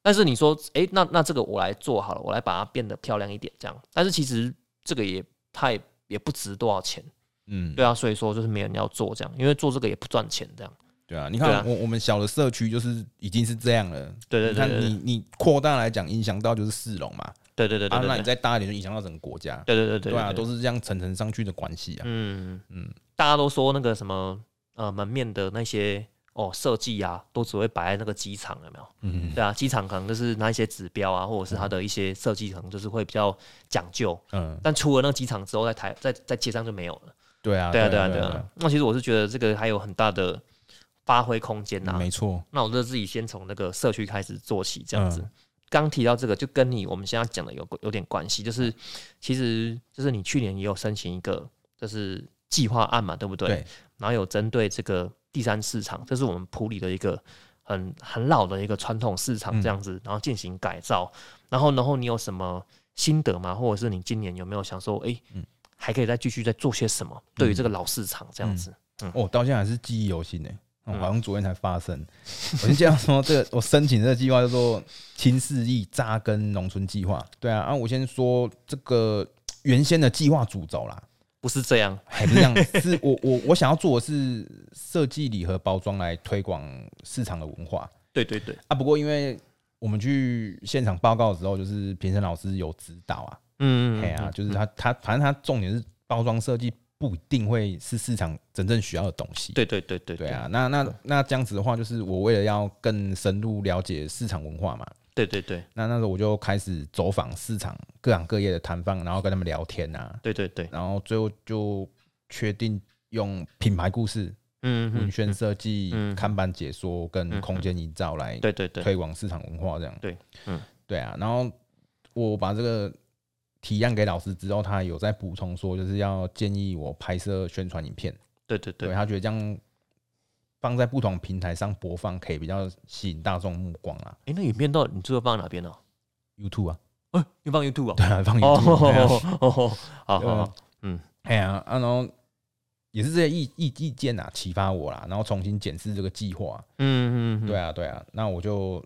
S1: 但是你说，诶，那那这个我来做好了，我来把它变得漂亮一点，这样。但是其实这个也它也也不值多少钱，
S2: 嗯，
S1: 对啊，所以说就是没人要做这样，因为做这个也不赚钱，这样。
S2: 对啊，你
S1: 对啊
S2: 看我我们小的社区就是已经是这样了。
S1: 对对
S2: 你看
S1: 对对
S2: 你你扩大来讲，影响到就是市容嘛，
S1: 对对对对
S2: 啊，那
S1: 对
S2: 你
S1: 对，
S2: 再大一点就影响到整个国家。
S1: 对对对对
S2: 对啊，
S1: 对
S2: 都是这样层层上去的关系啊。
S1: 嗯嗯
S2: 嗯，
S1: 大家都说那个什么呃门面的那些哦设计啊，都只会摆在那个机场有没有？
S2: 嗯，
S1: 对啊，机场可能就是那一些指标啊，或者是它的一些设计，可能就是会比较讲究。
S2: 嗯，
S1: 但除了那个机场之后，在台在在街上就没有了。
S2: 对啊，
S1: 对啊，
S2: 对
S1: 对啊，对啊。那其实我是觉得这个还有很大的发挥空间啊呐、
S2: 啊没错，
S1: 那我就自己先从那个社区开始做起，这样子
S2: 嗯。
S1: 刚、提到这个，就跟你我们现在讲的有有点关系，就是其实就是你去年也有申请一个就是计划案嘛，对不对？
S2: 对
S1: 然后有针对这个第三市场，这是我们普里的一个很很老的一个传统市场
S2: 嗯
S1: 这样子，然后进行改造。然后，然后你有什么心得吗？或者是你今年有没有想说，诶，
S2: 嗯
S1: 还可以再继续再做些什么？对于这个老市场这
S2: 嗯
S1: 样子，
S2: 我哦到现在还是记忆犹新呢。我
S1: 嗯
S2: 好像昨天才发生，我就这样说，这个我申请这个计划叫做“新势力扎根农村计划”。对啊，啊，我先说这个原先的计划主轴啦，
S1: 不是这样，
S2: 还不一样，是我我我想要做的是设计礼盒包装来推广市场的文化
S1: 对对对，
S2: 啊。不过因为我们去现场报告的时候，就是评审老师有指导啊，
S1: 嗯，
S2: 哎呀、就是他他反正他重点是包装设计不一定会是市场真正需要的东西。
S1: 对对对对
S2: 对，啊，那那那这样子的话，就是我为了要更深入了解市场文化嘛，
S1: 对对对
S2: 那那时候我就开始走访市场各行各业的摊贩，然后跟他们聊天啊，
S1: 对对对，
S2: 然后最后就确定用品牌故事、
S1: 嗯
S2: 文
S1: 嗯，
S2: 宣设计、
S1: 嗯
S2: 看板解说跟空间营造来
S1: 对对对，
S2: 推广市场文化这样。
S1: 对嗯，
S2: 对啊，然后我把这个提案给老师之后，他有在补充说，就是要建议我拍摄宣传影片。
S1: 对对
S2: 对
S1: 对，
S2: 他觉得这样放在不同平台上播放，可以比较吸引大众目光啦。
S1: 哎，那影片到底你最后放哪边呢？
S2: YouTube 啊，
S1: 哎，又放 YouTube 啊？
S2: 对啊，放
S1: 哦
S2: YouTube 对啊。
S1: 哦哦， 好
S2: 对
S1: 好
S2: 啊
S1: 好，嗯
S2: 哎呀，啊然后也是这些意意意见啊，启发我啦，然后重新检视这个计划。
S1: 嗯嗯，
S2: 对
S1: 啊，
S2: 啊，对啊，那我就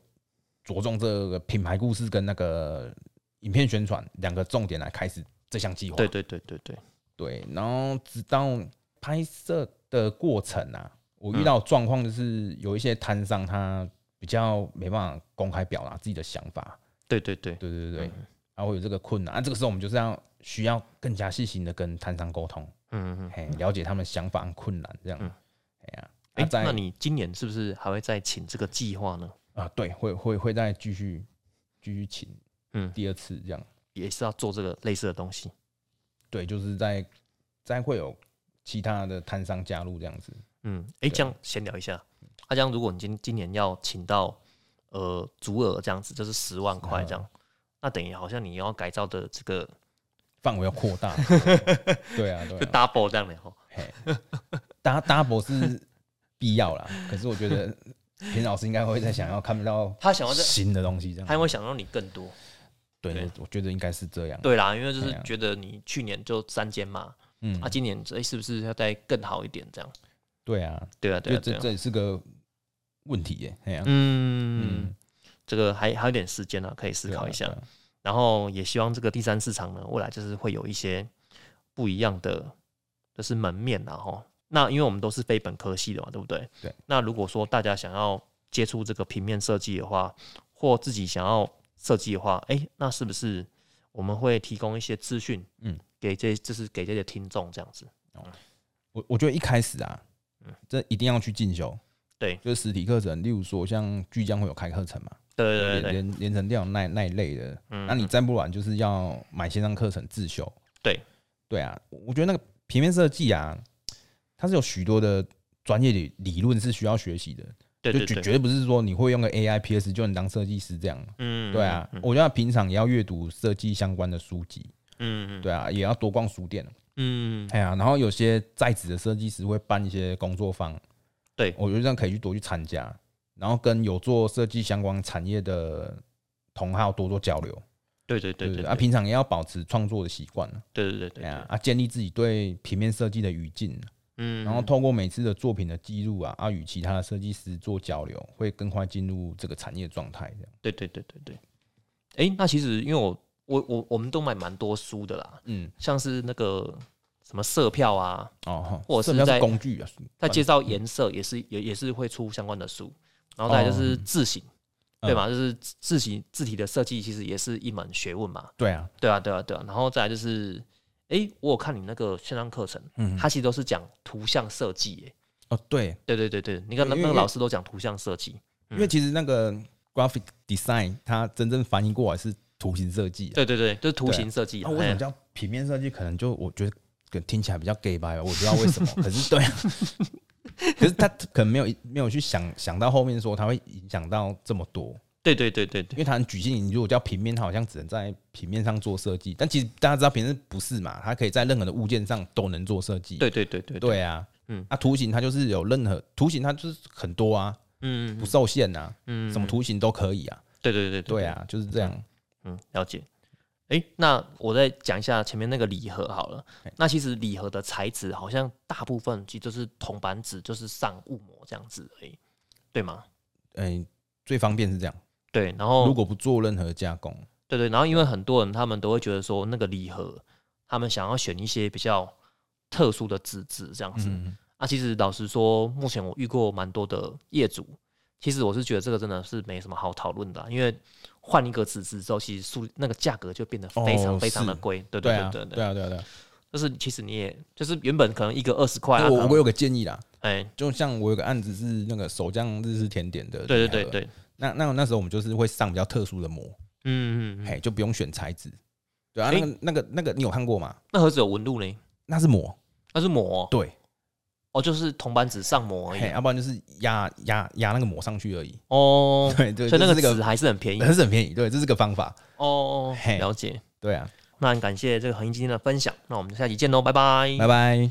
S2: 着重这个品牌故事跟那个影片宣传两个重点来开始这项计划。
S1: 对对对对对，
S2: 对，然后直到拍摄的过程啊，我
S1: 嗯
S2: 遇到状况就是有一些摊商他比较没办法公开表达自己的想法，
S1: 对对对，
S2: 对对对对，
S1: 嗯
S2: 然后会有这个困难啊。这个时候我们就是要需要更加细心的跟摊商沟通，
S1: 嗯嗯。
S2: 嘿，了解他们想法和困难这样。
S1: 嗯
S2: 哎呀，啊
S1: 哎、
S2: 在
S1: 那你今年是不是还会再请这个计划呢？
S2: 啊，对，会会会再继续继续请，
S1: 嗯
S2: 第二次这样。
S1: 也是要做这个类似的东西？
S2: 对，就是在再会有其他的摊商加入这样子。
S1: 嗯，
S2: 啊
S1: 哎、这样闲聊一下。那、这样，如果你今今年要请到呃足额这样子，就是十万块这样，那等于好像你要改造的这个
S2: 范围要扩大， 对啊，对
S1: 就
S2: 啊，
S1: double 这样的哈。
S2: 嘿，搭 double 是必要啦，可是我觉得平老师应该会在想要看不到
S1: 他想要这，
S2: 新的东西，这
S1: 他
S2: 样
S1: 会想让你更多。对
S2: 对，我觉得应该是这样。
S1: 对啦，因为就
S2: 对
S1: 是
S2: 啊
S1: 觉得你去年就三间嘛，
S2: 嗯
S1: 啊，，今年哎、是不是要再更好一点这样？
S2: 对啊，
S1: 对啊，
S2: 因
S1: 对
S2: 为
S1: 啊，对
S2: 这
S1: 啊。
S2: 这也是个问题耶，哎呀，
S1: 嗯，
S2: 嗯，
S1: 这个还还有点时间啊，可以思
S2: 对啊
S1: 考一下。
S2: 对啊
S1: 然后也希望这个第三市场呢，未来就是会有一些不一样的，就是门面然后那因为我们都是非本科系的嘛，对不对？
S2: 对。
S1: 那如果说大家想要接触这个平面设计的话，或自己想要设计的话，哎，那是不是我们会提供一些资讯？
S2: 嗯，
S1: 给这就是给这些听众这样子。
S2: 我我觉得一开始啊，这一定要去进修。
S1: 嗯对
S2: 就是实体课程，例如说像巨匠会有开课程嘛，
S1: 对对
S2: 连
S1: 对对，
S2: 连连成掉那那一类的，
S1: 嗯
S2: 那你再不然就是要买线上课程自修。
S1: 对，
S2: 对啊，我我觉得那个平面设计啊，它是有许多的专业理理论是需要学习的，
S1: 对对
S2: 就绝
S1: 对，
S2: 绝对不是说你会用个 AI PS 就能当设计师这样。
S1: 嗯
S2: 对啊，
S1: 嗯
S2: 我觉得平常也要阅读设计相关的书籍，
S1: 嗯
S2: 对啊，也要多逛书店。
S1: 嗯，
S2: 哎呀，然后有些在职的设计师会办一些工作坊，
S1: 对
S2: 我觉得这样可以去多去参加，然后跟有做设计相关产业的同好多做交流。
S1: 对对对
S2: 不
S1: 对，
S2: 啊，平常也要保持创作的习惯啊
S1: 对对对
S2: 对
S1: 对，
S2: 啊，啊，建立自己对平面设计的语境啊，
S1: 嗯，
S2: 然后透过每次的作品的记录啊，啊，与其他的设计师做交流，会更快进入这个产业状态。这样，
S1: 对对对对对，诶，那其实因为我我我我们都买蛮多书的啦，
S2: 嗯，
S1: 像是那个什么色票啊，
S2: 哦，
S1: 或者是
S2: 这比较
S1: 在
S2: 工具啊，
S1: 在介绍颜色也是也也是会出相关的书，然后再来就是字形，对嘛？就是字字形字体的设计其实也是一门学问嘛，
S2: 对啊，
S1: 对啊对啊对啊，然后再来就是。诶，我有看你那个线上课程，
S2: 嗯，
S1: 它其实都是讲图像设计耶。
S2: 哦，对，
S1: 对对对对，你看那
S2: 因为
S1: 那个老师都讲图像设计。
S2: 因为其实那个 graphic design 它真正翻译过来是图形设计、啊，
S1: 对对对，就是图形设计
S2: 那、
S1: 啊。
S2: 为什
S1: 嘿
S2: 么叫平面设计？可能就我觉得可能听起来比较 gay 吧，我不知道为什么。可是对啊， 可是他可能没有没有去想想到后面说它会影响到这么多，
S1: 对对对对对
S2: 因为它很局限。你如果叫平面，它好像只能在平面上做设计，但其实大家知道平面不是嘛，它可以在任何的物件上都能做设计。
S1: 对对对对，
S2: 对啊，
S1: 嗯
S2: 嗯，啊图形它就是有任何图形它就是很多啊，
S1: 嗯
S2: 不受限啊，
S1: 嗯，
S2: 什么图形都可以啊。
S1: 对对对
S2: 对，啊，就是这样。
S1: 嗯，了解。诶，那我再讲一下前面那个礼盒好了。那其实礼盒的材质好像大部分其实就是铜板纸，就是上雾膜这样子而已，对吗？
S2: 嗯、最方便是这样，
S1: 对，然
S2: 如
S1: 后
S2: 果不做任何加工，
S1: 对对，然后因为很多人他们都会觉得说那个礼盒，他们想要选一些比较特殊的纸质这样子。
S2: 嗯，
S1: 啊，其实老实说，目前我遇过蛮多的业主，其实我是觉得这个真的是没什么好讨论的啊、因为换一个纸质之后，其实数那个价格就变得非常
S2: 哦
S1: 非常的
S2: 是
S1: 贵，对
S2: 对
S1: 对
S2: 啊，
S1: 对
S2: 对
S1: 对，
S2: 啊，对啊，对啊。
S1: 就是其实你也就是原本可能一个二十块啊，
S2: 我
S1: 可
S2: 我
S1: 能
S2: 有个建议啦，
S1: 哎，
S2: 就像我有个案子是那个手酱日式甜点的礼盒，
S1: 对对对对，
S2: 那那那时候我们就是会上比较特殊的膜，
S1: 嗯嗯嗯，
S2: 嘿，就不用选材质。对啊，
S1: 诶
S2: 那个那个那个，你有看过吗？
S1: 那盒子有纹路呢，
S2: 那是膜，
S1: 那是膜哦
S2: 对，
S1: 哦，就是铜板纸上膜而已
S2: 嘿，啊要不然就是压压压那个膜上去而已。
S1: 哦，
S2: 对对，
S1: 所以那
S2: 这
S1: 个
S2: 是
S1: 纸还是很便宜
S2: 还是很便宜，对，这是个方法。
S1: 哦，
S2: 嘿
S1: 了解。
S2: 对啊，
S1: 那很感谢这个恒毅今天的分享，那我们下期见喽，拜拜
S2: 拜拜。